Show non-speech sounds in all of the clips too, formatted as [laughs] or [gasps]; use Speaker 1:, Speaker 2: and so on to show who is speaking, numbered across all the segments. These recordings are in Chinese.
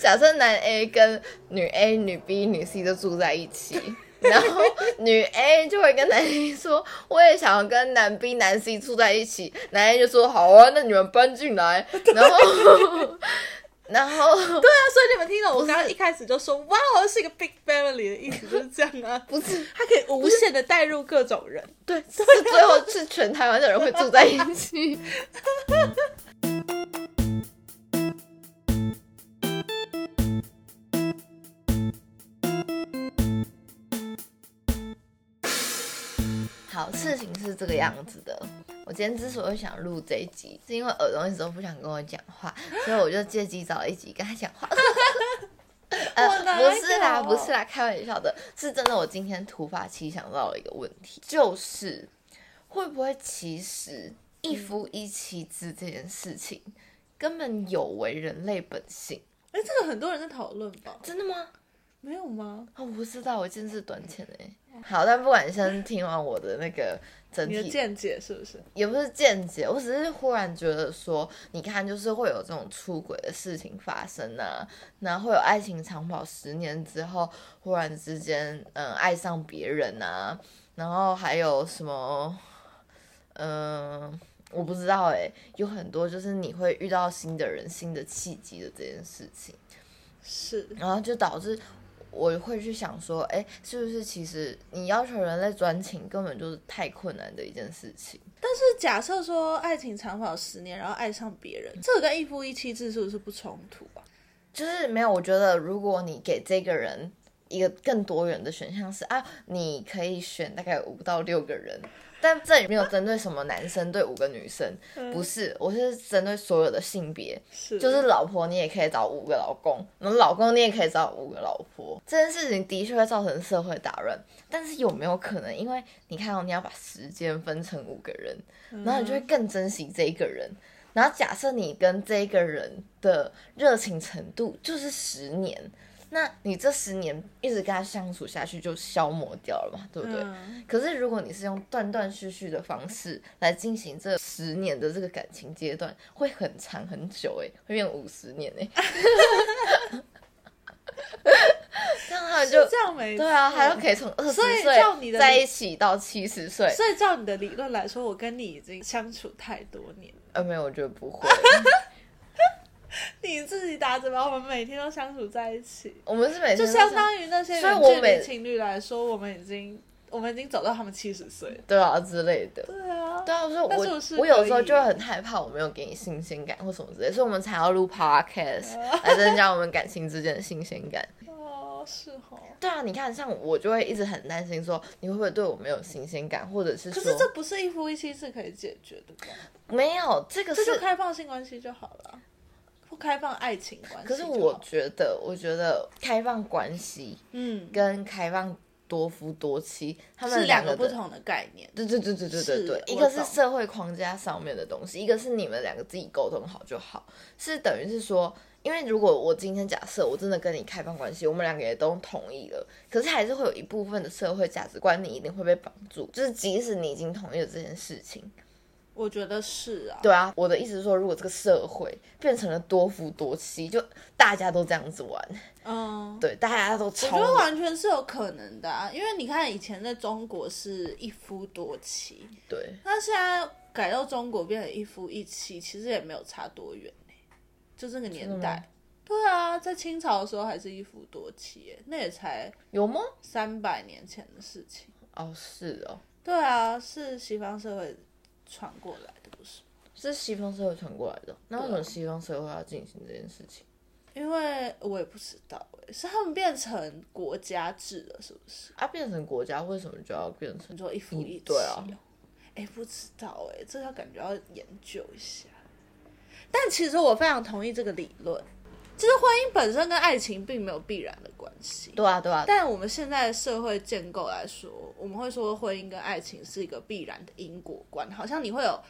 Speaker 1: 假设男 A 跟女 A、女 B、女 C 都住在一起， [laughs] 然后女 A 就会跟男 A 说：“我也想要跟男 B、男 C 住在一起。”男 A 就说：“好啊，那你们搬进来。”然后， [laughs] 然后
Speaker 2: 对啊， [laughs] 所以你们听懂我刚刚一开始就说，哇，我是一个 big family 的意思就是这样啊，
Speaker 1: 不是
Speaker 2: 它可以无限的带入各种人。
Speaker 1: 对，是最后是全台湾的人会住在一起。好，事情是这个样子的。我今天之所以想录这一集，是因为耳东一直都不想跟我讲话，所以我就借机找了一集跟他讲
Speaker 2: [laughs]
Speaker 1: 话。呃
Speaker 2: 我，哪有
Speaker 1: 不是啦，不是啦，开玩笑的，是真的。我今天突发奇想到了一个问题，就是会不会其实一夫一妻制这件事情根本有违人类本性？
Speaker 2: 哎，这个很多人在讨论吧？
Speaker 1: 真的吗？
Speaker 2: 没有吗？
Speaker 1: 哦，我不知道，我见识短浅哎、好，但不管先听完我的那个整
Speaker 2: 你的
Speaker 1: 体
Speaker 2: 见解是不是？
Speaker 1: 也不是见解，我只是忽然觉得说，你看，就是会有这种出轨的事情发生啊，然后会有爱情长跑十年之后，忽然之间，嗯，爱上别人啊，然后还有什么，嗯，我不知道诶、欸有很多就是你会遇到新的人、新的契机的这件事情。
Speaker 2: 是，
Speaker 1: 然后就导致我会去想说，哎，是不是其实你要求人类专情根本就是太困难的一件事情？
Speaker 2: 但是假设说爱情长跑十年，然后爱上别人，这个跟一夫一妻制是不是不冲突啊？
Speaker 1: 就是没有，我觉得如果你给这个人一个更多元的选项是啊，你可以选大概五到六个人，但这里没有针对什么男生对五个女生，不是，我是针对所有的性别，
Speaker 2: 是，
Speaker 1: 就是老婆你也可以找五个老公，然后老公你也可以找五个老婆。这件事情的确会造成社会打乱，但是有没有可能，因为你看到、哦你要把时间分成五个人，
Speaker 2: 嗯
Speaker 1: 然后你就会更珍惜这一个人。然后假设你跟这一个人的热情程度就是十年，那你这十年一直跟他相处下去就消磨掉了嘛，对不对？
Speaker 2: 嗯
Speaker 1: 可是如果你是用断断续续的方式来进行这十年的这个感情阶段，会很长很久哎、会变五十年
Speaker 2: [laughs]
Speaker 1: 哎、欸。这样他们
Speaker 2: 是
Speaker 1: 就
Speaker 2: 这样没
Speaker 1: 对啊，
Speaker 2: 错
Speaker 1: 他就可以从二十
Speaker 2: 所以
Speaker 1: 岁
Speaker 2: 照你的
Speaker 1: 在
Speaker 2: 理
Speaker 1: 一起到七十岁。
Speaker 2: 嗯所以照你的理论来说，我跟你已经相处太多年了，
Speaker 1: 呃，没有，我觉得不
Speaker 2: [laughs]
Speaker 1: 会。
Speaker 2: 你自己打着吧，我们每天都相处在一起，
Speaker 1: 我们是每天
Speaker 2: 就
Speaker 1: 都
Speaker 2: 相
Speaker 1: 这样
Speaker 2: 当于那些
Speaker 1: 所以
Speaker 2: 远
Speaker 1: 我
Speaker 2: 距
Speaker 1: 每
Speaker 2: 离情侣来说，我们已经我们已经走到他们七十岁了。
Speaker 1: 对啊之类的。
Speaker 2: 对啊，
Speaker 1: 对啊，所以
Speaker 2: 但是
Speaker 1: 我
Speaker 2: 我是
Speaker 1: 我有时候
Speaker 2: 可以
Speaker 1: 就会很害怕，我没有给你新鲜感或什么之类，所以我们才要录
Speaker 2: [laughs]
Speaker 1: podcast 来增加我们感情之间的新鲜感。
Speaker 2: 哦，是哦。
Speaker 1: 对啊，你看，像我就会一直很担心说，你会不会对我没有新鲜感，或者是
Speaker 2: 可
Speaker 1: 说
Speaker 2: 是这不是一夫一妻制可以解决的吧？
Speaker 1: 没有这个
Speaker 2: 这
Speaker 1: 是
Speaker 2: 就。开放性关系就好了，不开放爱情关系。
Speaker 1: 可是我，觉得，我觉得开放关系
Speaker 2: 嗯，
Speaker 1: 跟开放多夫多妻，他们
Speaker 2: 是两
Speaker 1: 个
Speaker 2: 个不
Speaker 1: 的。
Speaker 2: 同的概念。
Speaker 1: 对对对对对对
Speaker 2: 是
Speaker 1: 对，一
Speaker 2: 我
Speaker 1: 个是
Speaker 2: 懂
Speaker 1: 社会框架上面的东西，一个是你们两个自己沟通好就好。是等于是说，因为如果我今天假设我真的跟你开放关系，我们两个也都同意了，可是还是会有一部分的社会价值观你一定会被绑住，就是即使你已经同意了这件事情，
Speaker 2: 我觉得是啊，
Speaker 1: 对啊，我的意思是说，如果这个社会变成了多夫多妻，就大家都这样子玩，
Speaker 2: 嗯，
Speaker 1: 对，大家都
Speaker 2: 我觉
Speaker 1: 超
Speaker 2: 得完全是有可能的啊，因为你看以前在中国是一夫多妻，
Speaker 1: 对，
Speaker 2: 那现在改到中国变成一夫一妻，其实也没有差多远、欸、就这个年
Speaker 1: 的吗
Speaker 2: 代。对啊，在清朝的时候还是一夫多妻耶、那也才
Speaker 1: 有吗？
Speaker 2: 三百年前的事情。
Speaker 1: 哦，是哦，
Speaker 2: 对啊，是西方社会传过来的，不是？
Speaker 1: 是西方社会传过来的，那为什么
Speaker 2: 啊
Speaker 1: 西方社会要进行这件事情？
Speaker 2: 因为我也不知道、欸，是他们变成国家制了，是不是？
Speaker 1: 啊，变成国家为什么就要变成
Speaker 2: 你？说一夫一妻、
Speaker 1: 对啊，
Speaker 2: 哎、不知道哎、这个感觉要研究一下。但其实我非常同意这个理论，就是婚姻本身跟爱情并没有必然的关系。
Speaker 1: 对啊，对啊，
Speaker 2: 但我们现在的社会建构来说，我们会说婚姻跟爱情是一个必然的因果观，好像你会有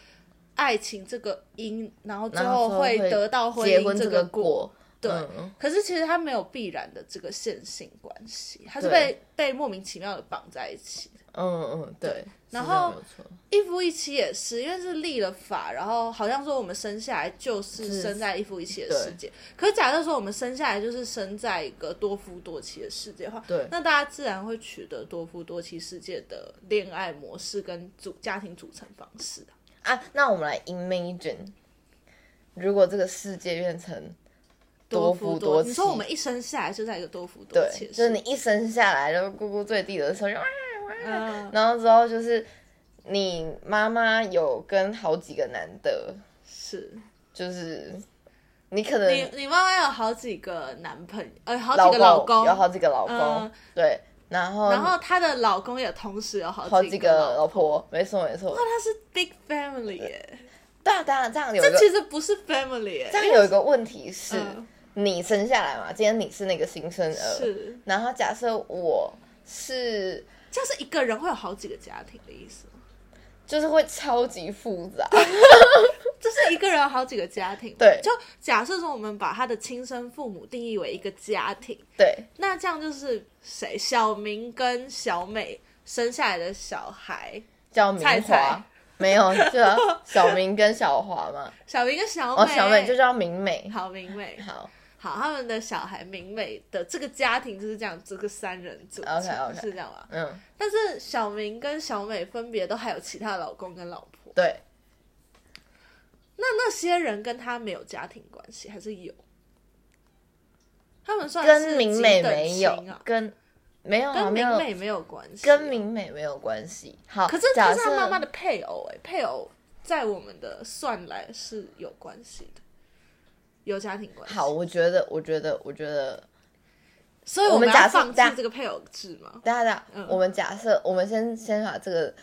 Speaker 2: 爱情这个因，然后最
Speaker 1: 然后
Speaker 2: 后会
Speaker 1: 会
Speaker 2: 得到婚
Speaker 1: 结
Speaker 2: 姻
Speaker 1: 婚
Speaker 2: 这
Speaker 1: 这个
Speaker 2: 果。
Speaker 1: 果，
Speaker 2: 对
Speaker 1: 嗯
Speaker 2: 可是其实它没有必然的这个线性关系，它是
Speaker 1: 对
Speaker 2: 被被莫名其妙的绑在一起的。
Speaker 1: 嗯嗯，对。是这样
Speaker 2: 然后
Speaker 1: 没有错
Speaker 2: 一夫一妻也是，因为是立了法，然后好像说我们生下来就是生在一夫一妻的世界。可是假设说我们生下来就是生在一个多夫多妻的世界的话，
Speaker 1: 对
Speaker 2: 那大家自然会取得多夫多妻世界的恋爱模式跟组家庭组成方式啊。
Speaker 1: 啊，那我们来 imagine，如果这个世界变成多
Speaker 2: 夫
Speaker 1: 夫
Speaker 2: 多，
Speaker 1: 妻，
Speaker 2: 你说我们一生下来就在一个多夫多
Speaker 1: 对
Speaker 2: 妻，的世界，
Speaker 1: 就是你一生下来就咕咕坠地的时候就啊
Speaker 2: 嗯，
Speaker 1: 然后之后就是你妈妈有跟好几个男的，
Speaker 2: 是
Speaker 1: 就是你可能
Speaker 2: 你你妈妈有好几个男朋友，呃，好
Speaker 1: 老
Speaker 2: 几个老
Speaker 1: 公
Speaker 2: 公，
Speaker 1: 有好几个老公，
Speaker 2: 嗯
Speaker 1: 对，然后
Speaker 2: 然后她的老公也同时有好
Speaker 1: 好
Speaker 2: 几
Speaker 1: 几
Speaker 2: 个
Speaker 1: 个
Speaker 2: 老
Speaker 1: 老婆，没错没错，
Speaker 2: 那她是 big family 耶，
Speaker 1: 对啊对啊，这样有一
Speaker 2: 这
Speaker 1: 个
Speaker 2: 其实不是 family 耶，
Speaker 1: 这样有一个问题是，
Speaker 2: 嗯
Speaker 1: 你生下来嘛，今天你是那个新生儿，
Speaker 2: 是
Speaker 1: 然后假设我是。
Speaker 2: 这样是一个人会有好几个家庭的意思吗，
Speaker 1: 就是会超级复杂，
Speaker 2: 这是一个人有好几个家庭。
Speaker 1: 对
Speaker 2: 就假设说我们把他的亲生父母定义为一个家庭，
Speaker 1: 对
Speaker 2: 那这样就是谁？小明跟小美生下来的小孩，
Speaker 1: 叫明华，
Speaker 2: 菜菜
Speaker 1: 没有，就叫小明跟小华
Speaker 2: [laughs]
Speaker 1: 嘛，
Speaker 2: 小明跟小美，
Speaker 1: 哦，小美就叫明美，
Speaker 2: 好明美，
Speaker 1: 好，
Speaker 2: 好，他们的小孩明美的这个家庭就是这样，这个三人组成
Speaker 1: OK，OK
Speaker 2: 是这样吧？
Speaker 1: 嗯，
Speaker 2: 但是小明跟小美分别都还有其他的老公跟老婆，
Speaker 1: 对，
Speaker 2: 那那些人跟他没有家庭关系，还是有？他们算是
Speaker 1: 跟明美
Speaker 2: 几等
Speaker 1: 没有
Speaker 2: 亲，啊，
Speaker 1: 跟没有啊，
Speaker 2: 跟
Speaker 1: 没
Speaker 2: 明
Speaker 1: 有，
Speaker 2: 美没有关系啊，
Speaker 1: 跟明美没有关系。好，
Speaker 2: 可是
Speaker 1: 假
Speaker 2: 他
Speaker 1: 设
Speaker 2: 是他妈妈的配偶哎、配偶在我们的算来是有关系的，有家庭关系。
Speaker 1: 好，，我觉得，我觉得，我觉得，
Speaker 2: 所以
Speaker 1: 我们
Speaker 2: 们
Speaker 1: 假
Speaker 2: 要
Speaker 1: 设
Speaker 2: 放弃
Speaker 1: 大
Speaker 2: 这个配偶制吗？
Speaker 1: 大家，
Speaker 2: 嗯
Speaker 1: 我们假设，我们先先把这个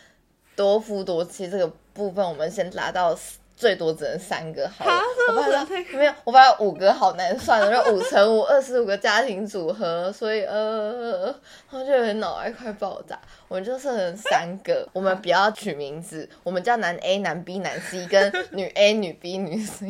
Speaker 1: 多夫多妻这个部分，我们先拉到最多只能三个好了
Speaker 2: 哈。
Speaker 1: 我
Speaker 2: 这
Speaker 1: 怕
Speaker 2: 么只能三个
Speaker 1: 没有，我怕五个好难算了，就五乘五二十五个家庭组合，所以呃，我就有点脑袋快爆炸。我们就设成三
Speaker 2: [laughs]
Speaker 1: 个，我们不要取名字，我们叫男 A、男 B、男 C 跟女 A、女 B、女 C，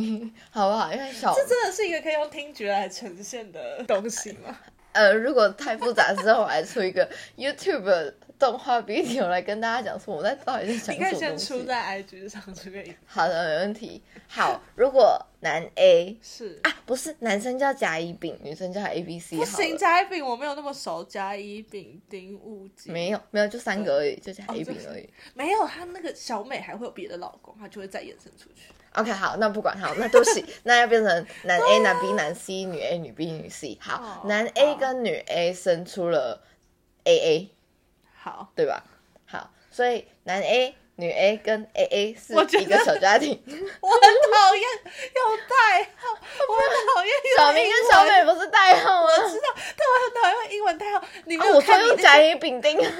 Speaker 1: 好不好？因为小
Speaker 2: 这真的是一个可以用听觉来呈现的东西
Speaker 1: [laughs]
Speaker 2: 吗？
Speaker 1: 呃，如果太复杂之后，我还出一个 YouTube 动画 video 来跟大家讲说我在到底在讲
Speaker 2: 你可以
Speaker 1: 什么
Speaker 2: 先
Speaker 1: 东
Speaker 2: 出
Speaker 1: 西。
Speaker 2: 在 IG 上这个影
Speaker 1: 好的，没问题。好，如果男 A
Speaker 2: 是。
Speaker 1: 啊，不是男生叫甲乙丙，女生叫 A B C
Speaker 2: 不
Speaker 1: 好
Speaker 2: 行，
Speaker 1: 了。
Speaker 2: 甲乙丙我没有那么熟，甲乙丙丁戊己
Speaker 1: 没有没有，就三个而已，就加
Speaker 2: 哦
Speaker 1: A
Speaker 2: 就
Speaker 1: 丙
Speaker 2: 是
Speaker 1: 而已。
Speaker 2: 没有，她那个小美还会有别的老公，她就会再延伸出去。
Speaker 1: OK，好，那不管好，那对不起， [laughs] 那要变成男 A、男 B、男 C、女 A、女 B、女 C。好
Speaker 2: 哦，
Speaker 1: 男
Speaker 2: 好
Speaker 1: A 跟女 A 生出了 AA，
Speaker 2: 好，
Speaker 1: 对吧？好，所以男 A、女 A 跟 AA 是
Speaker 2: 我觉
Speaker 1: 一个
Speaker 2: 得
Speaker 1: 小家庭。
Speaker 2: [laughs] 我很讨厌有代号，我很讨厌
Speaker 1: [laughs]
Speaker 2: 用
Speaker 1: 小明跟小
Speaker 2: 英文，
Speaker 1: 美不是代号吗？
Speaker 2: 知道，但我很讨厌用英文代号。你没
Speaker 1: 啊、我
Speaker 2: 有
Speaker 1: 说
Speaker 2: 看你
Speaker 1: 用
Speaker 2: 那
Speaker 1: 甲乙丙丁啊，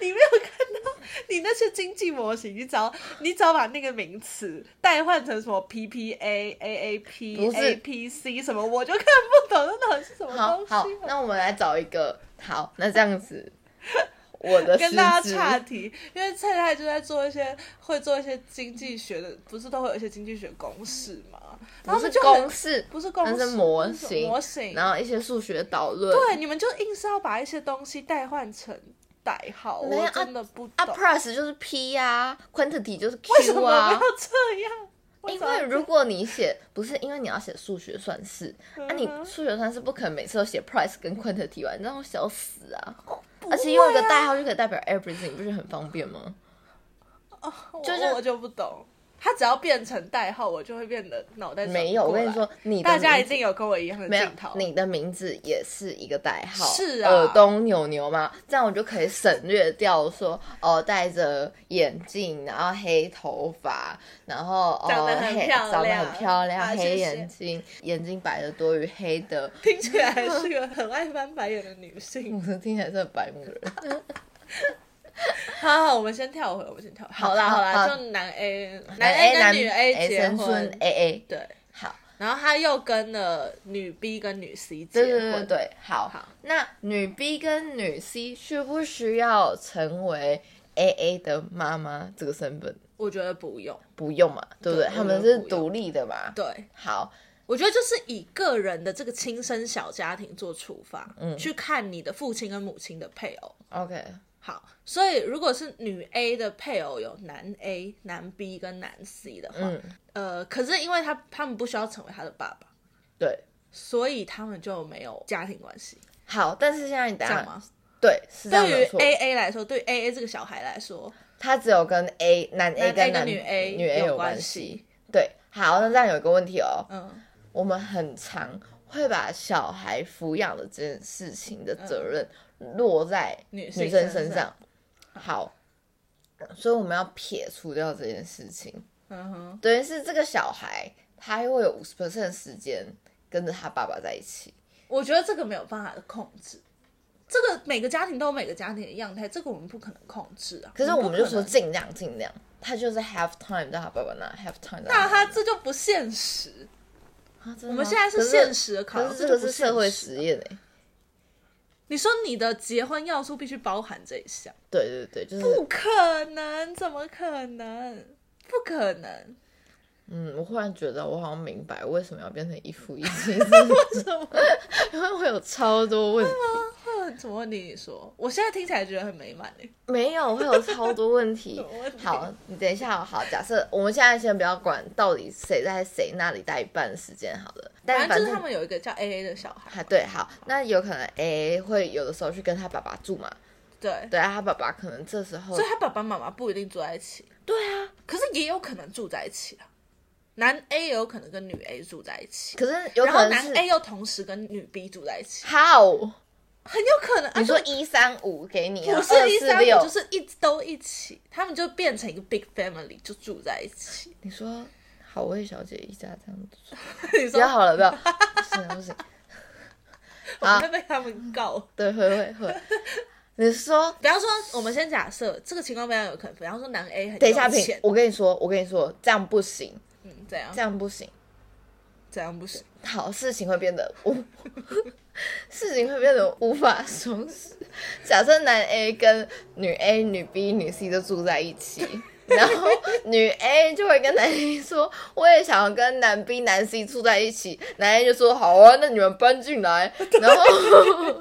Speaker 2: 你没有看到你那些经济模型，你只要你只要把那个名词代换成什么 PPA、
Speaker 1: 不
Speaker 2: AAP、
Speaker 1: 是
Speaker 2: APC 什么，我就看不懂那到底是什么
Speaker 1: [laughs] 好
Speaker 2: 东
Speaker 1: 好
Speaker 2: 西，了。
Speaker 1: 那我们来找一个好，那这样子，
Speaker 2: [laughs]
Speaker 1: 我的
Speaker 2: 跟大
Speaker 1: 狮
Speaker 2: 家
Speaker 1: 子
Speaker 2: 岔题，因为蔡太就在做一些会做一些经济学的，不是都会有一些经济学公式嘛？
Speaker 1: 不
Speaker 2: 然后他
Speaker 1: 是
Speaker 2: 们就很
Speaker 1: 公式，
Speaker 2: 不是公式，
Speaker 1: 那是模
Speaker 2: 是
Speaker 1: 型
Speaker 2: 模型。
Speaker 1: 然后一些数学导论。
Speaker 2: 对，你们就硬是要把一些东西代换成代号，
Speaker 1: 没有
Speaker 2: 我
Speaker 1: 啊
Speaker 2: 真的不
Speaker 1: 啊
Speaker 2: 懂、
Speaker 1: ，plus 就是 p 呀、q u a n t i t y 就是 q
Speaker 2: 为什么
Speaker 1: 啊。
Speaker 2: 要这样。
Speaker 1: 因
Speaker 2: 什么要
Speaker 1: 为如果你写不是因为你要写数学算式，那、你
Speaker 2: 嗯哼
Speaker 1: 数学算式不可能每次都写 price 跟 quantity 吧？你让我笑死啊！
Speaker 2: 不
Speaker 1: 而且用一个代号就可以代表 everything，你不是很方便吗？
Speaker 2: 就
Speaker 1: 就是是
Speaker 2: 我就不懂，他只要变成代号，我就会变得脑袋转不
Speaker 1: 没有，我
Speaker 2: 过
Speaker 1: 跟你
Speaker 2: 来，
Speaker 1: 说，你的
Speaker 2: 大家一
Speaker 1: 名字
Speaker 2: 定有跟我一样的
Speaker 1: 没有
Speaker 2: 镜头。
Speaker 1: 你的名字也是一个代号，
Speaker 2: 是啊
Speaker 1: 耳东扭扭嘛，这样我就可以省略掉说哦，戴着眼镜，然后黑头发，然后哦
Speaker 2: 长得很
Speaker 1: 黑
Speaker 2: 漂亮
Speaker 1: 长得很漂亮，
Speaker 2: 啊谢谢
Speaker 1: 黑眼睛，眼睛白的多于黑
Speaker 2: [laughs]
Speaker 1: 的， [laughs]
Speaker 2: 听起来是个很爱翻白眼的女性。
Speaker 1: 我听起来是很白目的人。
Speaker 2: 好，好，我们先跳回，我们先跳回。好啦，
Speaker 1: 好
Speaker 2: 啦，
Speaker 1: 好
Speaker 2: 就男 A，
Speaker 1: 男
Speaker 2: A
Speaker 1: 哎男
Speaker 2: 跟女 A 结
Speaker 1: 生孙
Speaker 2: 婚，
Speaker 1: A A，
Speaker 2: 对，
Speaker 1: 好，
Speaker 2: 然后他又跟了女 B 跟女 C 结
Speaker 1: 对
Speaker 2: 婚，
Speaker 1: 对对对，好。
Speaker 2: 好
Speaker 1: 那女 B 跟女 C 需不需要成为 A A 的妈妈这个身份？
Speaker 2: 我觉得不用。
Speaker 1: 不用嘛，对不对？
Speaker 2: 对
Speaker 1: 他们
Speaker 2: 我觉
Speaker 1: 是
Speaker 2: 得不用
Speaker 1: 独立的嘛。
Speaker 2: 对，
Speaker 1: 好，
Speaker 2: 我觉得就是以个人的这个
Speaker 1: 嗯
Speaker 2: 亲生小家庭做出发，去看你的父亲跟母亲的配偶，
Speaker 1: OK，
Speaker 2: 好，所以如果是女 A 的配偶有男 A、男 B 跟男 C 的话，
Speaker 1: 嗯，
Speaker 2: 呃，可是因为他他们不需要成为他的爸爸，
Speaker 1: 对，
Speaker 2: 所以他们就没有家庭关系，
Speaker 1: 好，但是现在你
Speaker 2: 这
Speaker 1: 等
Speaker 2: 样
Speaker 1: 下
Speaker 2: 吗？
Speaker 1: 对是这样
Speaker 2: 对
Speaker 1: 没
Speaker 2: 于
Speaker 1: 有错，
Speaker 2: A A 来说，对 A A 这个小孩来说，
Speaker 1: 他只有跟 A 男 A
Speaker 2: 男
Speaker 1: 跟
Speaker 2: A
Speaker 1: 男
Speaker 2: 跟女 A
Speaker 1: 女 A
Speaker 2: 有
Speaker 1: 关
Speaker 2: 系。
Speaker 1: 对，好，那这样有一个问题哦，
Speaker 2: 嗯，
Speaker 1: 我们很常会把小孩抚养的这件事情的责任落在
Speaker 2: 嗯女
Speaker 1: 女
Speaker 2: 性
Speaker 1: 生
Speaker 2: 身
Speaker 1: 身上。好，所以我们要撇除掉这件事情，
Speaker 2: 嗯哼，
Speaker 1: 等于是这个小孩他会有五十 percent 时间跟着他爸爸在一起。
Speaker 2: 我觉得这个没有办法控制。这个每个家庭都有每个家庭的样态，这个我们不可能控制啊。
Speaker 1: 可是我
Speaker 2: 不
Speaker 1: 们就
Speaker 2: 可
Speaker 1: 说
Speaker 2: 能
Speaker 1: 尽量尽量，他就是 have time 在他爸爸那，have time 在
Speaker 2: 那
Speaker 1: 他
Speaker 2: 他这就不现实。
Speaker 1: 那。我
Speaker 2: 我们现在是现，实的考
Speaker 1: 啊可
Speaker 2: 量，
Speaker 1: 是这个
Speaker 2: 就是不现
Speaker 1: 社会
Speaker 2: 实啊
Speaker 1: 实验哎、
Speaker 2: 你说你的结婚要素必须包含这一项，
Speaker 1: 对对对，就是
Speaker 2: 不可能，怎么可能？不可能！
Speaker 1: 嗯，我忽然觉得我好像明白为什么要变成一夫一妻制，
Speaker 2: 怎么
Speaker 1: 因为我有超多
Speaker 2: [laughs]
Speaker 1: 问题，
Speaker 2: 会？怎么会你说？我现在听起来觉得很美满欸诶。
Speaker 1: 没有，我会有超多问题
Speaker 2: [laughs] 什么问。题
Speaker 1: 好，你等一下哦，好，假设我们现在先不要管到底谁在谁那里待一半的时间好了，但
Speaker 2: 反
Speaker 1: 反
Speaker 2: 正就是
Speaker 1: 正
Speaker 2: 他们有一个叫 A A 的小孩，
Speaker 1: 啊对，好，那有可能 A 会有的时候去跟他爸爸住嘛，
Speaker 2: 对，
Speaker 1: 对啊，他爸爸可能这时候
Speaker 2: 所以他爸爸妈妈不一定住在一起，
Speaker 1: 对啊，
Speaker 2: 可是也有可能住在一起啊。男 A 也有可能跟女 A 住在一起，
Speaker 1: 可是有
Speaker 2: 然后
Speaker 1: 可能
Speaker 2: 男哎
Speaker 1: 是
Speaker 2: A 又同时跟女 B 住在一起，
Speaker 1: how
Speaker 2: 很有可能。啊
Speaker 1: 你说一三五给你啊，
Speaker 2: 不
Speaker 1: 246
Speaker 2: 是一三五，就是一都一起，他们就变成一个 big family，就住在一
Speaker 1: [laughs]
Speaker 2: 起。
Speaker 1: 你说好味小姐一家这样子。
Speaker 2: 你
Speaker 1: 不
Speaker 2: 说
Speaker 1: 要好了，不要，不行不行，
Speaker 2: 我
Speaker 1: 啊
Speaker 2: 会被他们告。
Speaker 1: 对，会会会。你说，
Speaker 2: 比方说，我们先假设这个情况非常有可能，比方说男 A 很
Speaker 1: 等一下
Speaker 2: 有
Speaker 1: 评
Speaker 2: 钱，，
Speaker 1: 我跟你说，我跟你说，这样不行，
Speaker 2: 嗯，怎样
Speaker 1: 这样不行。
Speaker 2: 怎样不行？
Speaker 1: 好，事情会变得无，事情会变得无法收拾。假设男 A 跟女 A、女 B、女 C 都住在一起，然后女 A 就会跟男 A 说：“我也想要跟男 B、男 C 住在一起。”男 A 就说：“好啊，那你们搬进来。”然后，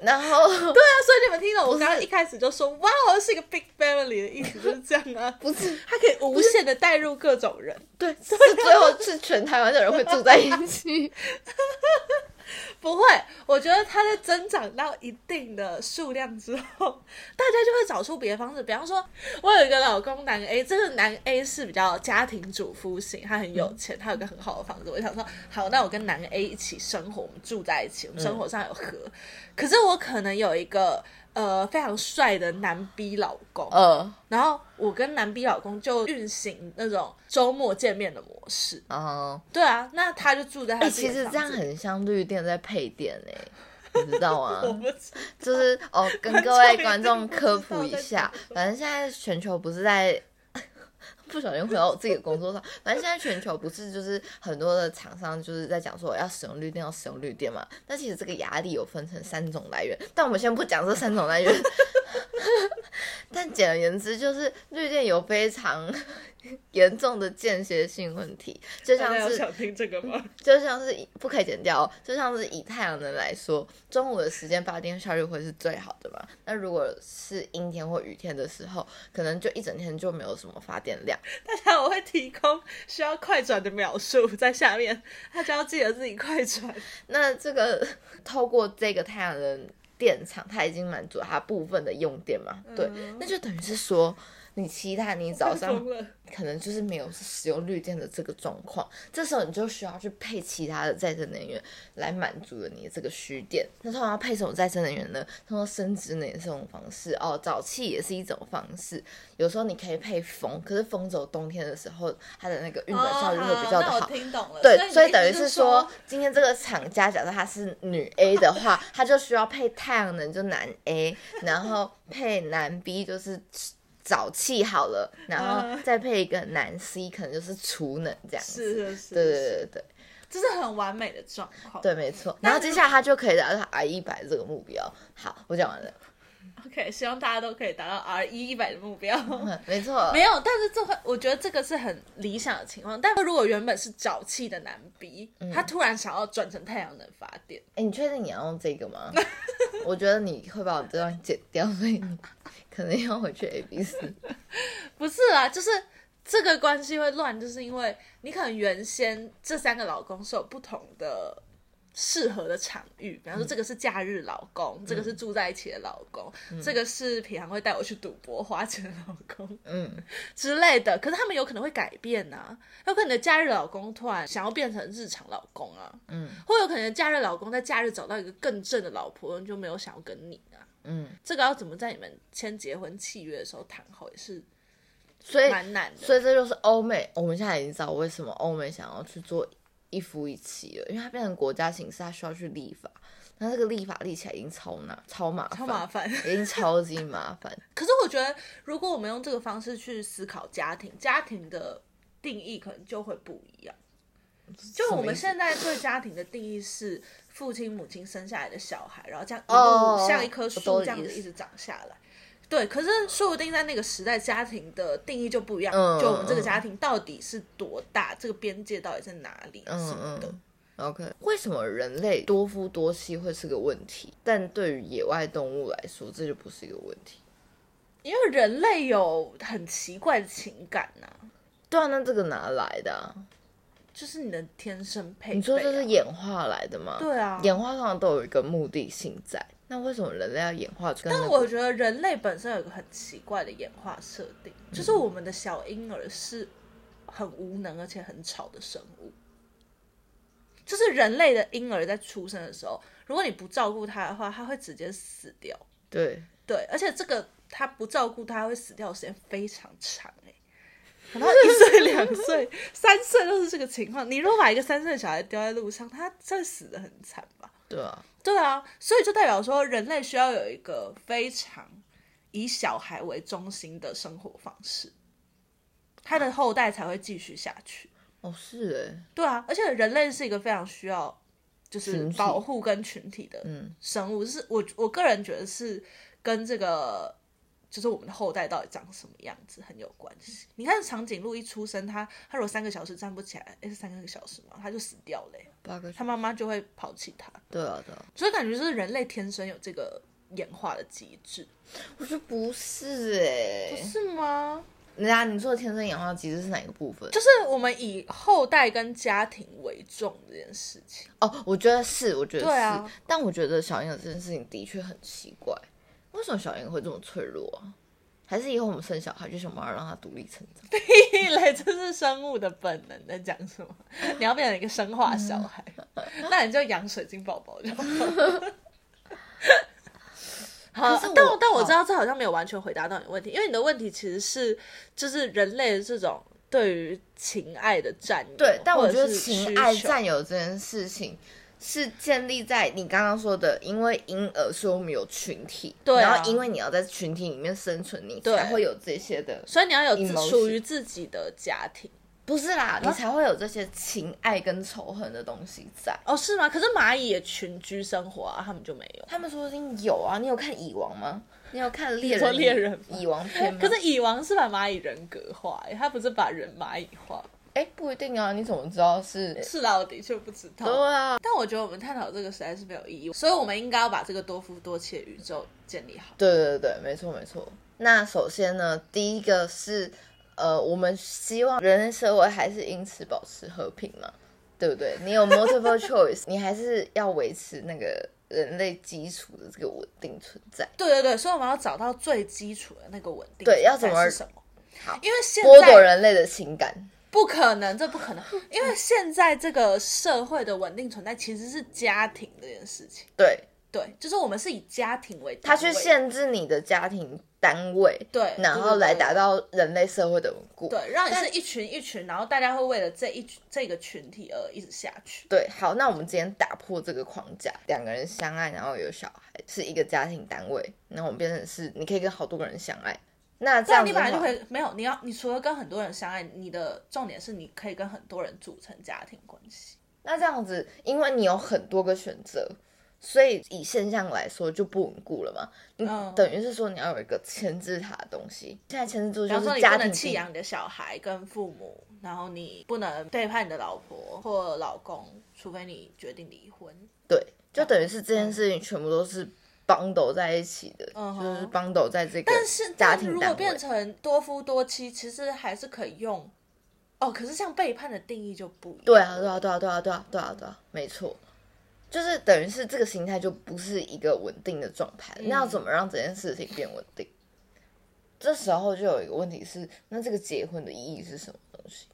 Speaker 1: 然后。
Speaker 2: 对啊，所以你们听懂我刚刚一开始就说，哇，我是一个 big family 的意思就是这样啊，
Speaker 1: 不是，
Speaker 2: 他可以无限的带入各种人，
Speaker 1: 对，是最后是全台湾的人会住在一起。
Speaker 2: 不会，我觉得他在增长到一定的数量之后， [laughs] 大家就会找出别的方式。比方说，我有一个老公男 A，这个男 A 是比较家庭主夫型，他很有
Speaker 1: 嗯
Speaker 2: 钱，他有一个很好的房子。我想说，好，那我跟男 A 一起生活，我们住在一
Speaker 1: 嗯
Speaker 2: 起，我们生活上有合。可是我可能有一个呃非常帅的男 B 老公，
Speaker 1: 嗯，
Speaker 2: 然后我跟男 B 老公就运行那种周末见面的模式。
Speaker 1: 哦，
Speaker 2: 对啊，那他就住在他
Speaker 1: 哎，
Speaker 2: 自
Speaker 1: 其
Speaker 2: 己的
Speaker 1: 实
Speaker 2: 房
Speaker 1: 这样
Speaker 2: 子
Speaker 1: 很像绿电在配电哎、你知道吗？
Speaker 2: [laughs] 我不知
Speaker 1: 就是
Speaker 2: [laughs]
Speaker 1: 哦，跟各位观众科普一下，反正现在全球不是在。 [laughs] 不小心回到我自己的工作上，反正现在全球不是就是很多的厂商就是在讲说要使用绿电，要使用绿电嘛。但其实这个压力有分成三种来源，但我们先不讲这三种来源。 [laughs] 但简而言之，就是绿电有非常 [laughs] 严重的间歇性问题，就
Speaker 2: 大
Speaker 1: 像
Speaker 2: 家有
Speaker 1: 是
Speaker 2: 想听这个吗？ [laughs]
Speaker 1: 就像是以不可以减掉、哦，就像是以太阳能来说，中午的时间发电效率会是最好的嘛。那如果是阴天或雨天的时候，可能就一整天就没有什么发电量。
Speaker 2: 大家我会提供需要快转的描述在下面，大家要记得自己快转。
Speaker 1: 那这个透过这个太阳能电厂，它已经满足了它部分的用电嘛？对，那就等于是说，你其他你早
Speaker 2: [laughs]
Speaker 1: 上
Speaker 2: 疯了，
Speaker 1: 可能就是没有使用绿电的这个状况，这时候你就需要去配其他的再生能源来满足了你的这个需电。那通常要配什么再生能源呢？通常生殖能也是一种方式哦，沼气也是一种方式。有时候你可以配风，可是风只有冬天的时候，它的那个运转效率会比较的
Speaker 2: 哦
Speaker 1: 好。
Speaker 2: 那我听懂了。
Speaker 1: 对，所以
Speaker 2: 你
Speaker 1: 等
Speaker 2: 的
Speaker 1: 于
Speaker 2: 意思
Speaker 1: 是
Speaker 2: 是
Speaker 1: 说，，今天这个厂家假设它是女 A 的话，它就需要配太阳能就男 A，然后配男 B 就是沼气好了，然后
Speaker 2: 嗯
Speaker 1: 再配一个男 C 可能就是储能这样子。
Speaker 2: 是是是，
Speaker 1: 对对
Speaker 2: 是，
Speaker 1: 对对对
Speaker 2: 这是很完美的状况。
Speaker 1: 对，没错。然后接下来他就可以达到 R 一百这个目标。好，我讲完了。
Speaker 2: ，OK，希望大家都可以达到 R E 一一百的目标。
Speaker 1: 嗯，没错
Speaker 2: [laughs] 没。有，但是这会，我觉得这个是很理想的情况。但如果原本是沼气
Speaker 1: 嗯
Speaker 2: 的男 B，、他突然想要转成太阳能发电，
Speaker 1: 哎，你确定你要用这个吗？ [laughs] 我觉得你会把我这段剪掉，所以你可能要回去 A B C。
Speaker 2: 不是啦，就是这个关系会乱，就是因为你可能原先这三个老公是有不同的适合的场域，比方说这个是假日老公，这个是住在一起的老公，这个是平常会带我去赌博花钱的老公
Speaker 1: 嗯，
Speaker 2: 之类的。可是他们有可能会改变呐、啊有可能你的假日老公突然想要变成日常老公啊，
Speaker 1: 嗯，
Speaker 2: 或有可能假日老公在假日找到一个更正的老婆，你就没有想要跟你啊。
Speaker 1: 嗯，
Speaker 2: 这个要怎么在你们签结婚契约的时候谈好，也是
Speaker 1: 所以
Speaker 2: 蛮难的。
Speaker 1: 所以这就是欧美，我们现在已经知道为什么欧美想要去做一夫一妻了，因为它变成国家形式，它需要去立法。那这个立法立起来已经超难、超麻
Speaker 2: 超
Speaker 1: 烦，
Speaker 2: 麻烦。 [laughs]
Speaker 1: 已经超级麻烦。
Speaker 2: 可是我觉得，如果我们用这个方式去思考家庭，家庭的定义可能就会不一样。就我们现在对家庭的定义是父亲母亲生下来的小孩，然后这样一
Speaker 1: 哦
Speaker 2: 路像一棵树
Speaker 1: 我懂你
Speaker 2: 这样
Speaker 1: 意
Speaker 2: 子
Speaker 1: 思
Speaker 2: 一直长下来。对，可是说不定在那个时代，家庭的定义就不一样。
Speaker 1: 嗯
Speaker 2: 就我们这个家庭到底是多大，这个边界到底在哪里什么
Speaker 1: 嗯
Speaker 2: 的。
Speaker 1: 嗯。OK，为什么人类多夫多妻会是个问题？但对于野外动物来说，这就不是一个问题。
Speaker 2: 因为人类有很奇怪的情感呐、
Speaker 1: 对啊，那这个哪来的、啊？
Speaker 2: 就是你的天生配备、啊。
Speaker 1: 你说这是演化来的吗？
Speaker 2: 对啊，
Speaker 1: 演化通常都有一个目的性在。那为什么人类要演化出跟那个？
Speaker 2: 但我觉得人类本身有一个很奇怪的演化设定，就是
Speaker 1: 嗯
Speaker 2: 我们的小婴儿是很无能而且很吵的生物。就是人类的婴儿在出生的时候，如果你不照顾他的话，他会直接死掉。
Speaker 1: 对，
Speaker 2: 对，而且这个他不照顾他会死掉的时间非常长、欸，可能一岁、两岁、三岁都是这个情况。你如果把一个三岁的小孩丢在路上，他真的死的很惨吧？
Speaker 1: 对啊，
Speaker 2: 对啊，所以就代表说，人类需要有一个非常以小孩为中心的生活方式，他的后代才会继续下去。
Speaker 1: 哦是哎，
Speaker 2: 对啊，而且人类是一个非常需要就是
Speaker 1: 群体
Speaker 2: 保护跟群体的
Speaker 1: 嗯
Speaker 2: 生物，就是我我个人觉得是跟这个就是我们的后代到底长什么样子很有关系。你看长颈鹿一出生，它它如果三个小时站不起来，诶，是三个小时嘛，它就死掉了欸、
Speaker 1: 八个小
Speaker 2: 它妈妈就会抛弃它。
Speaker 1: 对啊对啊，
Speaker 2: 所以感觉就是人类天生有这个演化的机制，
Speaker 1: 我觉得不是哎、
Speaker 2: 是吗？
Speaker 1: 人家你说的天生演化机制是哪个部分？
Speaker 2: 就是我们以后代跟家庭为重这件事情， [laughs]
Speaker 1: 哦，我觉得是，我觉得是，
Speaker 2: 对啊
Speaker 1: 但我觉得小婴儿这件事情的确很奇怪，为什么小婴儿会这么脆弱啊？还是以后我们生小孩就想办法让他独立成长？
Speaker 2: 一来这是生物的本能在讲什么？你要变成一个生化小孩，那你就养水晶宝宝就好了。 [laughs] 好
Speaker 1: 可是我
Speaker 2: 但我但我
Speaker 1: 好
Speaker 2: 知道这好像没有完全回答到你的问题，因为你的问题其实是就是人类的这种对于情爱的占有，
Speaker 1: 对，但我
Speaker 2: 或者
Speaker 1: 觉得
Speaker 2: 是需
Speaker 1: 情爱
Speaker 2: 求
Speaker 1: 占有这件事情是建立在你刚刚说的，因为婴儿说我们有群体，
Speaker 2: 对啊
Speaker 1: 然后因为你要在群体里面生存，你
Speaker 2: 对
Speaker 1: 才会有这些的，
Speaker 2: 所以你要有自
Speaker 1: Emotion
Speaker 2: 属于自己的家庭
Speaker 1: 不是啦，你才会有这些情爱跟仇恨的东西在。
Speaker 2: 哦，是吗？可是蚂蚁也群居生活啊，他们就没有。
Speaker 1: 他们说不定有啊，你有看蚁王吗？你有看猎
Speaker 2: 你说
Speaker 1: 人
Speaker 2: 猎人吗
Speaker 1: 蚁王篇吗？
Speaker 2: 可是蚁王是把蚂蚁人格化、欸，他不是把人蚂蚁化。
Speaker 1: 哎、不一定啊，你怎么知道是？
Speaker 2: 是啦，我的确不知
Speaker 1: 对
Speaker 2: 道。
Speaker 1: 啊，
Speaker 2: 但我觉得我们探讨这个实在是没有意义，所以我们应该要把这个多夫多妻的宇宙建立好。
Speaker 1: 对对对，没错没错。那首先呢，第一个是呃，我们希望人类社会还是因此保持和平嘛，对不对？你有 [laughs] multiple choice，你还是要维持那个人类基础的这个稳定存在。
Speaker 2: 对对对，所以我们要找到最基础的那个稳定。
Speaker 1: 对要怎么
Speaker 2: 是什么？
Speaker 1: 好
Speaker 2: 因为现
Speaker 1: 剥夺
Speaker 2: 在
Speaker 1: 人类的情感，
Speaker 2: 不可能，这不可能，因为现在这个社会的稳定存在其实是家庭这件事情。
Speaker 1: 对
Speaker 2: 对，就是我们是以家庭为
Speaker 1: 它
Speaker 2: 单
Speaker 1: 去
Speaker 2: 位
Speaker 1: 限制你的家庭单位，
Speaker 2: 对，
Speaker 1: 然
Speaker 2: 对
Speaker 1: 后
Speaker 2: 对
Speaker 1: 来
Speaker 2: 对
Speaker 1: 达到人类社会的稳固。
Speaker 2: 对，让你
Speaker 1: 但
Speaker 2: 是一群一群，然后大家会为了这一群这个群体而一直下去。
Speaker 1: 对，好，那我们今天打破这个框架，两个人相爱，然后有小孩，是一个家庭单位，那我们变成是你可以跟好多个人相爱，那这
Speaker 2: 这
Speaker 1: 样
Speaker 2: 样啊你
Speaker 1: 子
Speaker 2: 本
Speaker 1: 的
Speaker 2: 来就
Speaker 1: 话
Speaker 2: 可以没有，你要你除了跟很多人相爱，你的重点是你可以跟很多人组成家庭关系。
Speaker 1: 那这样子，因为你有很多个选择，所以以现象来说就不稳固了嘛。你
Speaker 2: 嗯
Speaker 1: 等于是说你要有一个牵制它的东西，现在牵制住
Speaker 2: 比
Speaker 1: 就
Speaker 2: 方说，
Speaker 1: 是
Speaker 2: 你
Speaker 1: 家
Speaker 2: 不
Speaker 1: 庭
Speaker 2: 能弃养你的小孩跟父母，然后你不能背叛你的老婆或老公，除非你决定离婚。
Speaker 1: 对，就等于是这件事情全部都是 bundle 在一起的
Speaker 2: 嗯
Speaker 1: 就是
Speaker 2: 哼
Speaker 1: bundle 在这个
Speaker 2: 但是
Speaker 1: 家
Speaker 2: 但
Speaker 1: 庭
Speaker 2: 如
Speaker 1: 单
Speaker 2: 果
Speaker 1: 位
Speaker 2: 变成多夫多妻，其实还是可以用。哦，可是像背叛的定义就不一样。
Speaker 1: 对啊，对啊，对啊，对啊，对啊，对啊，对啊，没错，就是等于是这个形态就不是一个稳定的状态。那要怎
Speaker 2: 嗯
Speaker 1: 么让这件事情变稳定？这时候就有一个问题是，那这个结婚的意义是什么东西？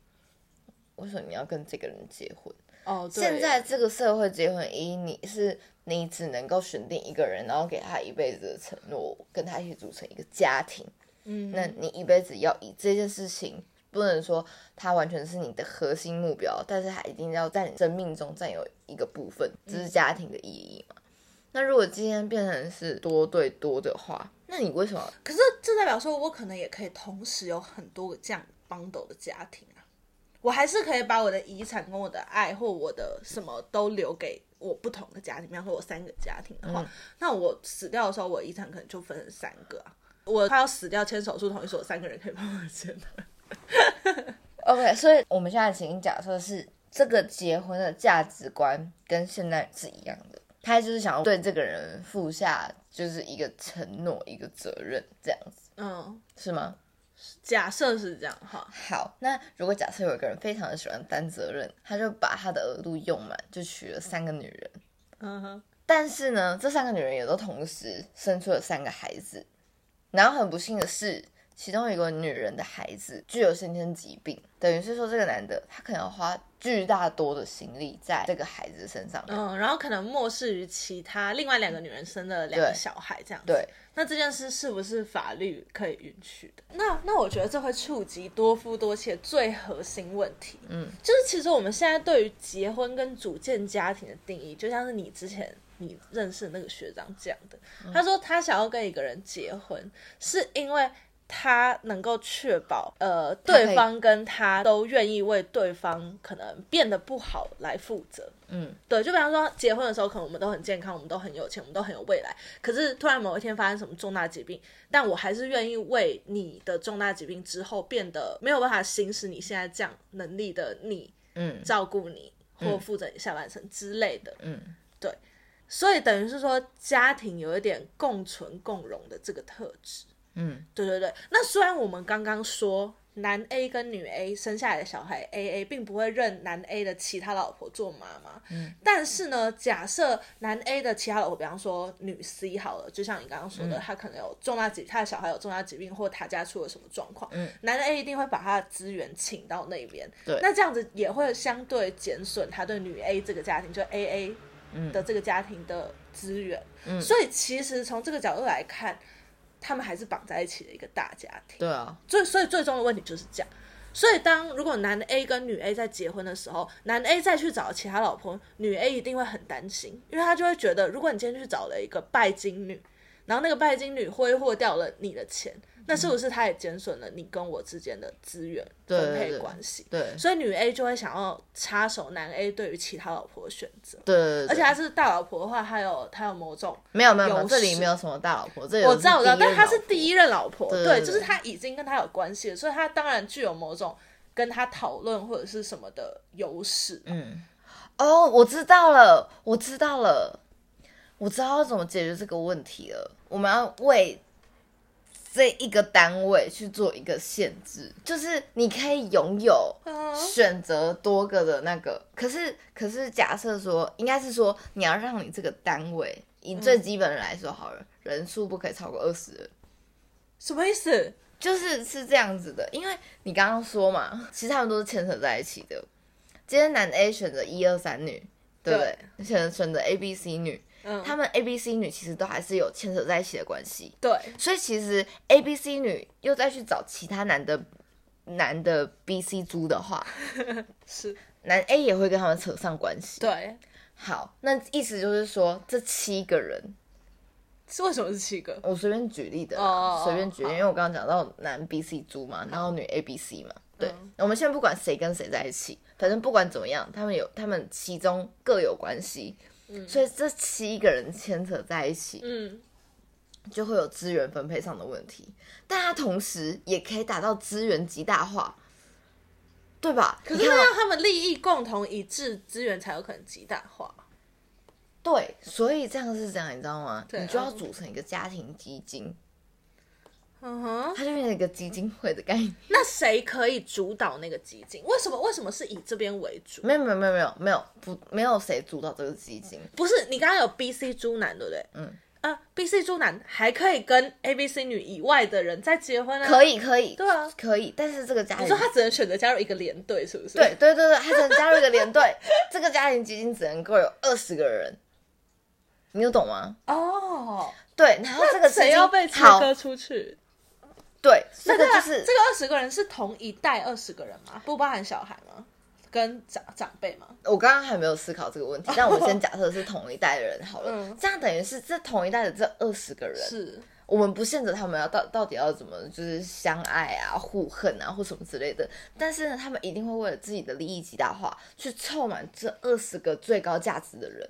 Speaker 1: 为什么你要跟这个人结婚？
Speaker 2: 哦，对
Speaker 1: 现在这个社会结婚意义，你是你只能够选定一个人，然后给他一辈子的承诺，跟他一起组成一个家庭。
Speaker 2: 嗯，
Speaker 1: 那你一辈子要以这件事情，不能说它完全是你的核心目标，但是它一定要在你生命中占有一个部分，这
Speaker 2: 嗯
Speaker 1: 是家庭的意义嘛？那如果今天变成是多对多的话，那你为什么？
Speaker 2: 可是这代表说我可能也可以同时有很多个这样 bundle 的家庭啊，我还是可以把我的遗产跟我的爱或我的什么都留给我不同的家庭，比方说我三个家庭的话，那我死掉的时候，我遗产可能就分成三个啊。我快要死掉签手术同意书，有三个人可以帮我签的。
Speaker 1: OK，所以我们现在请假设是这个结婚的价值观跟现在是一样的，他就是想要对这个人负下就是一个承诺、一个责任，这样子
Speaker 2: 嗯，
Speaker 1: 是吗？
Speaker 2: 假设是这样哈，
Speaker 1: 好，那如果假设有一个人非常的喜欢担责任，他就把他的额度用满，就娶了三个女人。
Speaker 2: 嗯哼，
Speaker 1: 但是呢，这三个女人也都同时生出了三个孩子，然后很不幸的是，其中有一个女人的孩子具有先天疾病，等于是说这个男的他可能要花巨大多的心力在这个孩子身上。
Speaker 2: 嗯，然后可能漠视于其他另外两个女人生的两个
Speaker 1: 对
Speaker 2: 小孩这样子。
Speaker 1: 对，
Speaker 2: 那这件事是不是法律可以允许的？那那我觉得这会触及多夫多妻的最核心问题。
Speaker 1: 嗯，
Speaker 2: 就是其实我们现在对于结婚跟组建家庭的定义，就像是你之前你认识的那个学长讲的，
Speaker 1: 嗯
Speaker 2: 他说他想要跟一个人结婚，是因为。他能够确保，呃，
Speaker 1: 可以
Speaker 2: 对方跟他都愿意为对方可能变得不好来负责。
Speaker 1: 嗯，
Speaker 2: 对，就比方说结婚的时候，可能我们都很健康，我们都很有钱，我们都很有未来。可是突然某一天发生什么重大疾病，但我还是愿意为你的重大疾病之后变得没有办法行使你现在这样能力的你，
Speaker 1: 嗯
Speaker 2: 照顾你或负责你下半生之类的。
Speaker 1: 嗯，
Speaker 2: 所以等于是说，家庭有一点共存共荣的这个特质。
Speaker 1: 嗯，
Speaker 2: 对对对。那虽然我们刚刚说男 A 跟女 A 生下来的小孩 AA 并不会认男 A 的其他老婆做妈妈，嗯，但是呢，假设男 A 的其他老婆，比方说女 C 好了，就像你刚刚
Speaker 1: 嗯
Speaker 2: 说的，他可能有重大疾，他的小孩有重大疾病，或他家出了什么状况，
Speaker 1: 嗯，
Speaker 2: 男 A 一定会把他的资源请到那边，
Speaker 1: 对
Speaker 2: 那这样子也会相对减损他对女 A 这个家庭，就 AA
Speaker 1: 嗯
Speaker 2: 的这个家庭的资源，
Speaker 1: 嗯
Speaker 2: 所以其实从这个角度来看，他们还是绑在一起的一个大家庭。
Speaker 1: 对啊，
Speaker 2: 最所以最终的问题就是这样。所以当如果男 A 跟女 A 在结婚的时候，男 A 再去找其他老婆，女 A 一定会很担心，因为他就会觉得，如果你今天去找了一个拜金女，然后那个拜金女挥霍掉了你的钱，那是不是他也减损了你跟我之间的资源
Speaker 1: 对
Speaker 2: 分
Speaker 1: 对
Speaker 2: 配
Speaker 1: 对
Speaker 2: 关系？
Speaker 1: 对，对
Speaker 2: 所以女 A 就会想要插手男 A 对于其他老婆的选择。
Speaker 1: 对对，
Speaker 2: 而且他是大老婆的话，他有他有某种
Speaker 1: 没有没有没有，
Speaker 2: 有
Speaker 1: 这里
Speaker 2: 时
Speaker 1: 没有什么大老婆，这里
Speaker 2: 我知道我知道，但他是
Speaker 1: 一
Speaker 2: 第一任老婆，
Speaker 1: 对对对
Speaker 2: 就是他已经跟他有关系了，所以他当然具有某种跟他讨论或者是什么的优势。
Speaker 1: 嗯，哦，我知道了，我知道了，我知道要怎么解决这个问题了。我们要为这一个单位去做一个限制，就是你可以拥有
Speaker 2: 嗯
Speaker 1: 选择多个的那个，可是可是假设说，应该是说你要让你这个单位，以最基本的来说好了，人数不可以超过二十人。
Speaker 2: 什么意思？
Speaker 1: 就是是这样子的，因为你刚刚说嘛，其实他们都是牵扯在一起的。今天男 A 选择一二三女，对不对？选选择 A B C 女，
Speaker 2: 嗯，
Speaker 1: 他们 A B C 女其实都还是有牵扯在一起的关系。
Speaker 2: 对，
Speaker 1: 所以其实 A B C 女又再去找其他男的男的 B C 猪的话，
Speaker 2: [laughs] 是，
Speaker 1: 男 A 也会跟他们扯上关系。
Speaker 2: 对，
Speaker 1: 好，那意思就是说，这七个人，
Speaker 2: 是为什么是七个？
Speaker 1: 我随便举例的啦
Speaker 2: 哦哦哦
Speaker 1: 随便举例，
Speaker 2: 好
Speaker 1: 因为我刚刚讲到男 B C 猪嘛，然后女 A B C 嘛，对
Speaker 2: 嗯，
Speaker 1: 我们现在不管谁跟谁在一起，反正不管怎么样，他们有他们其中各有关系，所以这七个人牵扯在一起，
Speaker 2: 嗯，
Speaker 1: 就会有资源分配上的问题，但它同时也可以达到资源极大化，对吧？
Speaker 2: 可
Speaker 1: 你
Speaker 2: 是
Speaker 1: 看啊哦
Speaker 2: 那样他们利益共同一致，资源才有可能极大化。
Speaker 1: 对，所以这样是这样，你知道吗？
Speaker 2: 对
Speaker 1: 你就要
Speaker 2: 嗯
Speaker 1: 组成一个家庭基金，
Speaker 2: 嗯哼，
Speaker 1: 它就变成一个基金会的概念。
Speaker 2: 那谁可以主导那个基金？为什么为什么是以这边为主？
Speaker 1: 没有没有没有没有没有不没有谁主导这个基金，
Speaker 2: 不是你刚刚有 B、C 猪男对不对？
Speaker 1: 嗯，
Speaker 2: 啊，B、C 猪男还可以跟 A、B、C 女以外的人再结婚啊？
Speaker 1: 可
Speaker 2: 以，
Speaker 1: 以可以
Speaker 2: 对啊。
Speaker 1: 可以，但是这个家
Speaker 2: 你
Speaker 1: 庭
Speaker 2: 说他只能选择加入一个连队，是不是？
Speaker 1: 对，对对对，他只能加入一个连队， [laughs] 这个家庭基金只能够有二十个人，你有懂吗？
Speaker 2: 哦，
Speaker 1: 对，然后这个基
Speaker 2: 谁
Speaker 1: 金
Speaker 2: 要被切
Speaker 1: 好，
Speaker 2: 割出去？
Speaker 1: 对，这
Speaker 2: 那
Speaker 1: 个啊就
Speaker 2: 这
Speaker 1: 是
Speaker 2: 这个二十个人是同一代二十个人吗？不包含小孩吗？跟长长辈吗？
Speaker 1: 我刚刚还没有思考这个问题，但我们先假设是同一代的人好了，
Speaker 2: [laughs] 嗯
Speaker 1: 这样等于是这同一代的这二十个人，
Speaker 2: 是，
Speaker 1: 我们不限制他们要到到底要怎么就是相爱啊、互恨啊或什么之类的，但是呢，他们一定会为了自己的利益极大化，去凑满这二十个最高价值的人。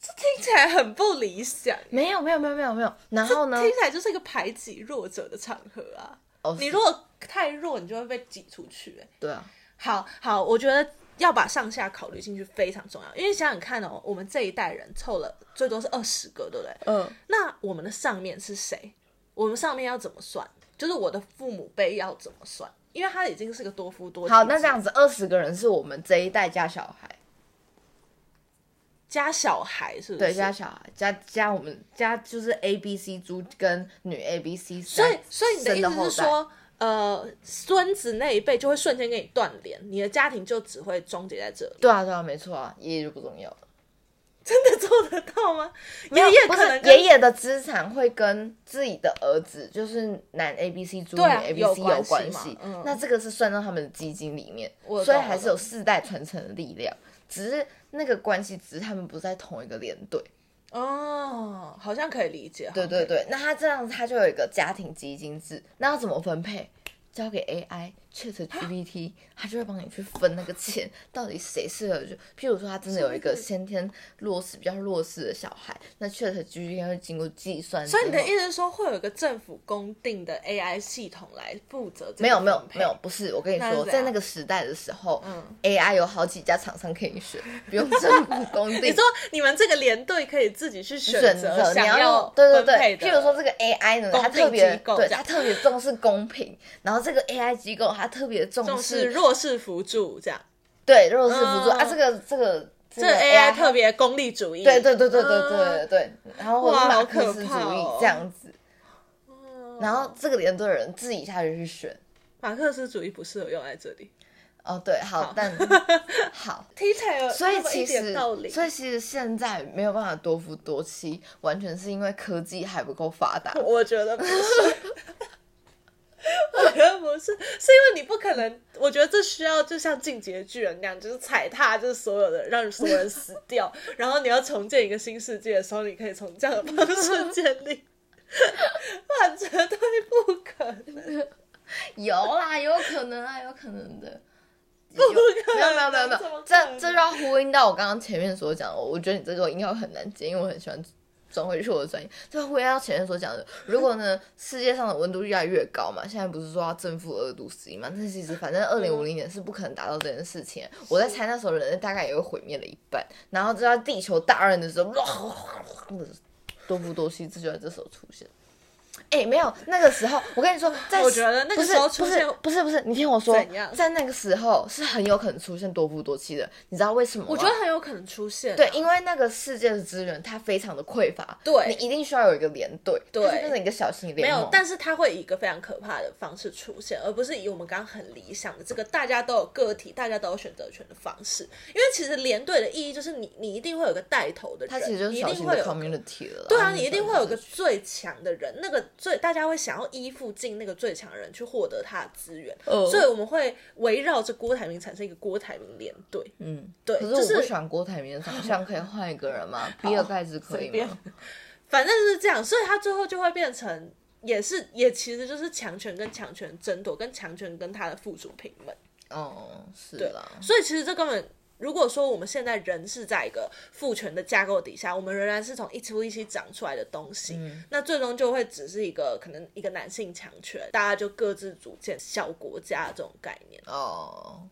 Speaker 2: 这听起来很不理想，
Speaker 1: 没有没有没有没有没有，然后呢？
Speaker 2: 听起来就是一个排挤弱者的场合啊！
Speaker 1: 哦，
Speaker 2: 你如果太弱，你就会被挤出去、欸。
Speaker 1: 对啊，
Speaker 2: 好好，我觉得要把上下考虑进去非常重要，因为想想看哦，我们这一代人凑了最多是二十个，对不对？
Speaker 1: 嗯，
Speaker 2: 那我们的上面是谁？我们上面要怎么算？就是我的父母辈要怎么算？因为他已经是个多夫多妻制
Speaker 1: 好，那这样子，二十个人是我们这一代加小孩，
Speaker 2: 加小孩是不是？
Speaker 1: 对，加小孩，加加我们加就是 A B C 猪跟女 A B C，
Speaker 2: 所以所以你的意
Speaker 1: 生后
Speaker 2: 思
Speaker 1: 代
Speaker 2: 是说，呃，孙子那一辈就会瞬间跟你断联，你的家庭就只会终结在这里。
Speaker 1: 对啊对啊，没错啊，爷爷就不重要了，
Speaker 2: 真的做得到吗？
Speaker 1: 没有
Speaker 2: 爷爷
Speaker 1: 不
Speaker 2: 可
Speaker 1: 是
Speaker 2: 能跟
Speaker 1: 爷爷的资产会跟自己的儿子，就是男 A B C 猪、
Speaker 2: 对啊
Speaker 1: 女 A B
Speaker 2: 有
Speaker 1: C
Speaker 2: 关
Speaker 1: 有关
Speaker 2: 系嘛嗯
Speaker 1: 那这个是算到他们的基金里面，
Speaker 2: 我懂
Speaker 1: 所以还是
Speaker 2: 我
Speaker 1: 有
Speaker 2: 懂
Speaker 1: 世代传承的力量，只是那个关系只是他们不在同一个连队。
Speaker 2: 哦，好像可以理解。
Speaker 1: 对对
Speaker 2: 好像可以，
Speaker 1: 对，那他这样他就有一个家庭基金制，那要怎么分配？交给 AI Chat GPT，他 [gasps] 就会帮你去分那个钱，到底谁适合就，譬如说他真的有一个先天弱势比较弱势的小孩，那 Chat GPT 会经过计算之
Speaker 2: 所
Speaker 1: 后，
Speaker 2: 以你的意思是说，会有一个政府公定的 AI 系统来负责这个
Speaker 1: 没有没有
Speaker 2: 分配
Speaker 1: 没有，，不是我跟你
Speaker 2: 那是
Speaker 1: 说，
Speaker 2: 怎
Speaker 1: 在
Speaker 2: 样
Speaker 1: 那个时代的时候、
Speaker 2: 嗯
Speaker 1: a i 有好几家厂商可以选，不用政府公定
Speaker 2: 你说。你们这个连队可以自己去选
Speaker 1: 选择
Speaker 2: 择
Speaker 1: 你
Speaker 2: 想
Speaker 1: 用对对
Speaker 2: 分配
Speaker 1: 对，譬
Speaker 2: 的，
Speaker 1: 如说这个 AI 呢，
Speaker 2: 公
Speaker 1: 它
Speaker 2: 定
Speaker 1: 特别
Speaker 2: 机构
Speaker 1: 对
Speaker 2: 这样
Speaker 1: 它特别重视公平，然后这个 AI 机构它特别重
Speaker 2: 重视
Speaker 1: 视
Speaker 2: 弱势扶助这样，
Speaker 1: 对弱势辅助
Speaker 2: 嗯
Speaker 1: 啊，这个这个这
Speaker 2: 这
Speaker 1: 个
Speaker 2: AI 特别功利主义。
Speaker 1: 对对对对对对对
Speaker 2: 嗯
Speaker 1: 对，然后或者是
Speaker 2: 哇
Speaker 1: 马
Speaker 2: 好
Speaker 1: 克
Speaker 2: 可
Speaker 1: 思主
Speaker 2: 怕
Speaker 1: 义
Speaker 2: 哦
Speaker 1: 这样子，然后这个连队的人自己下去去选
Speaker 2: 马克思主义不适合用在这里，
Speaker 1: 哦，对，好，但好，
Speaker 2: 听起来有
Speaker 1: 所以
Speaker 2: 那么
Speaker 1: 其
Speaker 2: 一点
Speaker 1: 实
Speaker 2: 道，理。
Speaker 1: 所以其实现在没有办法多夫多妻，完全是因为科技还不够发达。
Speaker 2: [laughs] 我觉得不是，我觉得不是，是因为你不可能。我觉得这需要就像进阶巨人那样，就是踩踏，就是所有的让所有人死掉， [laughs] 然后你要重建一个新世界的时候，你可以从这样的方式建立。 [laughs] 那绝对不可能，
Speaker 1: [laughs] 有啦，有可能啊，有可能的。
Speaker 2: 不可能！
Speaker 1: 没
Speaker 2: 啊
Speaker 1: 有没有没有没
Speaker 2: 怎么
Speaker 1: 有，
Speaker 2: 可
Speaker 1: 这
Speaker 2: 能
Speaker 1: 这就要呼应到我刚刚前面所讲的，我觉得你这个应该很难接，因为我很喜欢转回去我的专业。这呼应到前面所讲的，如果呢世界上的温度越来越高嘛，现在不是说要正负二度 C 嘛，但其实反正二零五零年是不可能达到这件事情。我在猜那时候人类大概也会毁灭了一半，然后直到地球大热的时候，多夫多西这就在这时候出现。哎、没有，那个时候我跟你说，在
Speaker 2: 我觉得那个
Speaker 1: 不是
Speaker 2: 时候出现
Speaker 1: 不是不是不是，你听我说
Speaker 2: 怎样，
Speaker 1: 在那个时候是很有可能出现多夫多妻的，你知道为什么吗？
Speaker 2: 我觉得很有可能出现、
Speaker 1: 对，，因为那个世界的资源它非常的匮乏，
Speaker 2: 对
Speaker 1: 你一定需要有一个连队，
Speaker 2: 对
Speaker 1: 它就变成一个小型
Speaker 2: 没
Speaker 1: 联盟。
Speaker 2: 有，但是它会以一个非常可怕的方式出现，而不是以我们刚刚很理想的这个大家都有个体、大家都有选择权的方式。因为其实连队的意义就是你，你一定会有个带头的人，
Speaker 1: 它其实就是
Speaker 2: 你一
Speaker 1: 小
Speaker 2: 定
Speaker 1: 型
Speaker 2: 会
Speaker 1: 的
Speaker 2: 有
Speaker 1: community 了啦。
Speaker 2: 对啊，
Speaker 1: 那
Speaker 2: 你一定
Speaker 1: 小
Speaker 2: 会有
Speaker 1: 型
Speaker 2: 个
Speaker 1: 的
Speaker 2: 最强的人，那个最大家会想要依附进那个最强的人去获得他的资源，
Speaker 1: 嗯
Speaker 2: 所以我们会围绕着郭台铭产生一个郭台铭连队。
Speaker 1: 嗯，
Speaker 2: 对，
Speaker 1: 可
Speaker 2: 就是是
Speaker 1: 我不喜欢郭台铭的长相，可以换一个人
Speaker 2: [laughs]
Speaker 1: 吗？比尔盖茨可
Speaker 2: 随
Speaker 1: 以
Speaker 2: 便
Speaker 1: 吗？，
Speaker 2: 反正就是这样，所以他最后就会变成，也是也其实就是强权跟强权争夺，跟强权跟他的附属平们。
Speaker 1: 哦，是
Speaker 2: 对
Speaker 1: 啦，
Speaker 2: 所以其实这根本，如果说我们现在人是在一个父权的架构底下，我们仍然是从一夫一妻长出来的东西，那最终就会只是一个可能一个男性强权，大家就各自组建小国家这种概念。
Speaker 1: 哦，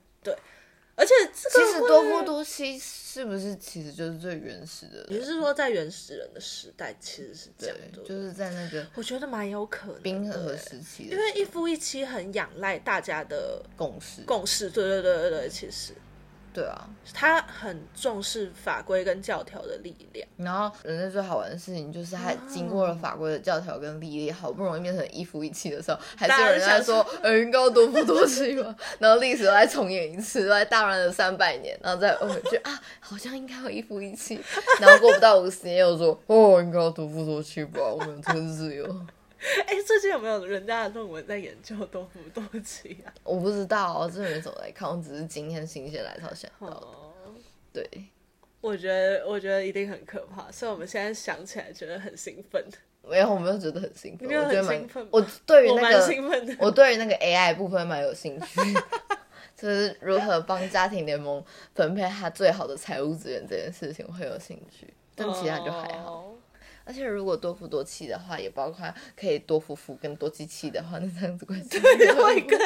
Speaker 2: 而且这
Speaker 1: 其
Speaker 2: 个
Speaker 1: 实
Speaker 2: 会
Speaker 1: 多夫多妻是不是其实就是最原始的？
Speaker 2: 你是说在原始人的时代其实是这
Speaker 1: 对
Speaker 2: 样，对不
Speaker 1: 就
Speaker 2: 对？
Speaker 1: 是在那个
Speaker 2: 我觉得蛮有可能
Speaker 1: 冰
Speaker 2: 的
Speaker 1: 河
Speaker 2: 欸
Speaker 1: 时期的
Speaker 2: 因为一夫一妻很仰赖大家的
Speaker 1: 共识。
Speaker 2: 共识，对对对对对，其实
Speaker 1: 对啊，
Speaker 2: 他很重视法规跟教条的力量。
Speaker 1: 然后人类最好玩的事情就是，他
Speaker 2: 啊
Speaker 1: 经过了法规的教条跟历练，好不容易变成一夫一妻的时候，还是有人在说“呃云高多夫多妻”嘛，然后历史又再重演一次，又再大乱了三百年，然后再哦，就啊，好像应该有一夫一妻，然后过不到五十年又说“哦，云高多夫多妻吧，我们真自由
Speaker 2: 哎，最近有没有人家的论文在研究多夫多妻啊？”，
Speaker 1: 我不知道、哦，这没怎么来看，我只是今天心血来潮想到的。
Speaker 2: 哦，
Speaker 1: 对，
Speaker 2: 我觉得我觉得一定很可怕，所以我们现在想起来觉得很兴奋，
Speaker 1: 没有，我没有觉得很兴奋，
Speaker 2: 你没有
Speaker 1: 我觉得
Speaker 2: 很
Speaker 1: 蛮
Speaker 2: 兴奋吗
Speaker 1: 我对于
Speaker 2: 我
Speaker 1: 那
Speaker 2: 蛮
Speaker 1: 个
Speaker 2: 兴奋的。
Speaker 1: 我对于那个 AI 部分蛮有兴趣， [laughs] 就是如何帮家庭联盟分配他最好的财务资源这件事情，我很有兴趣。但其他就还好。
Speaker 2: 哦
Speaker 1: 而且如果多夫多妻的话，也包括可以多夫妇跟多妻妻的话，那这样子关系
Speaker 2: 对，会更。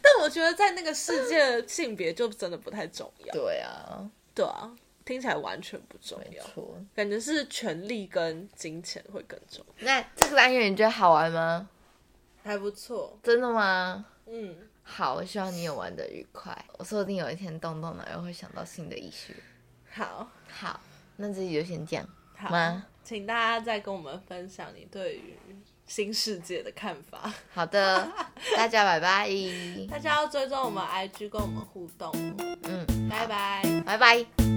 Speaker 2: 但我觉得在那个世界，性别就真的不太重要。
Speaker 1: [laughs] 对啊，
Speaker 2: 对啊，听起来完全不重
Speaker 1: 没
Speaker 2: 要，
Speaker 1: 错。
Speaker 2: 感觉是权力跟金钱会更重要。
Speaker 1: 那这个单元你觉得好玩吗？
Speaker 2: 还不错，
Speaker 1: 真的吗？
Speaker 2: 嗯，
Speaker 1: 好，我希望你有玩的愉快。我说不定有一天动动脑又会想到新的一些。
Speaker 2: 好，
Speaker 1: 好，那这集就先这样。
Speaker 2: 好
Speaker 1: 吗
Speaker 2: 请大家再跟我们分享你对于新世界的看法。
Speaker 1: 好的，大家拜拜。
Speaker 2: 大家要追踪我们 IG，跟我们互动哦。
Speaker 1: 嗯，
Speaker 2: 拜拜。
Speaker 1: 拜拜。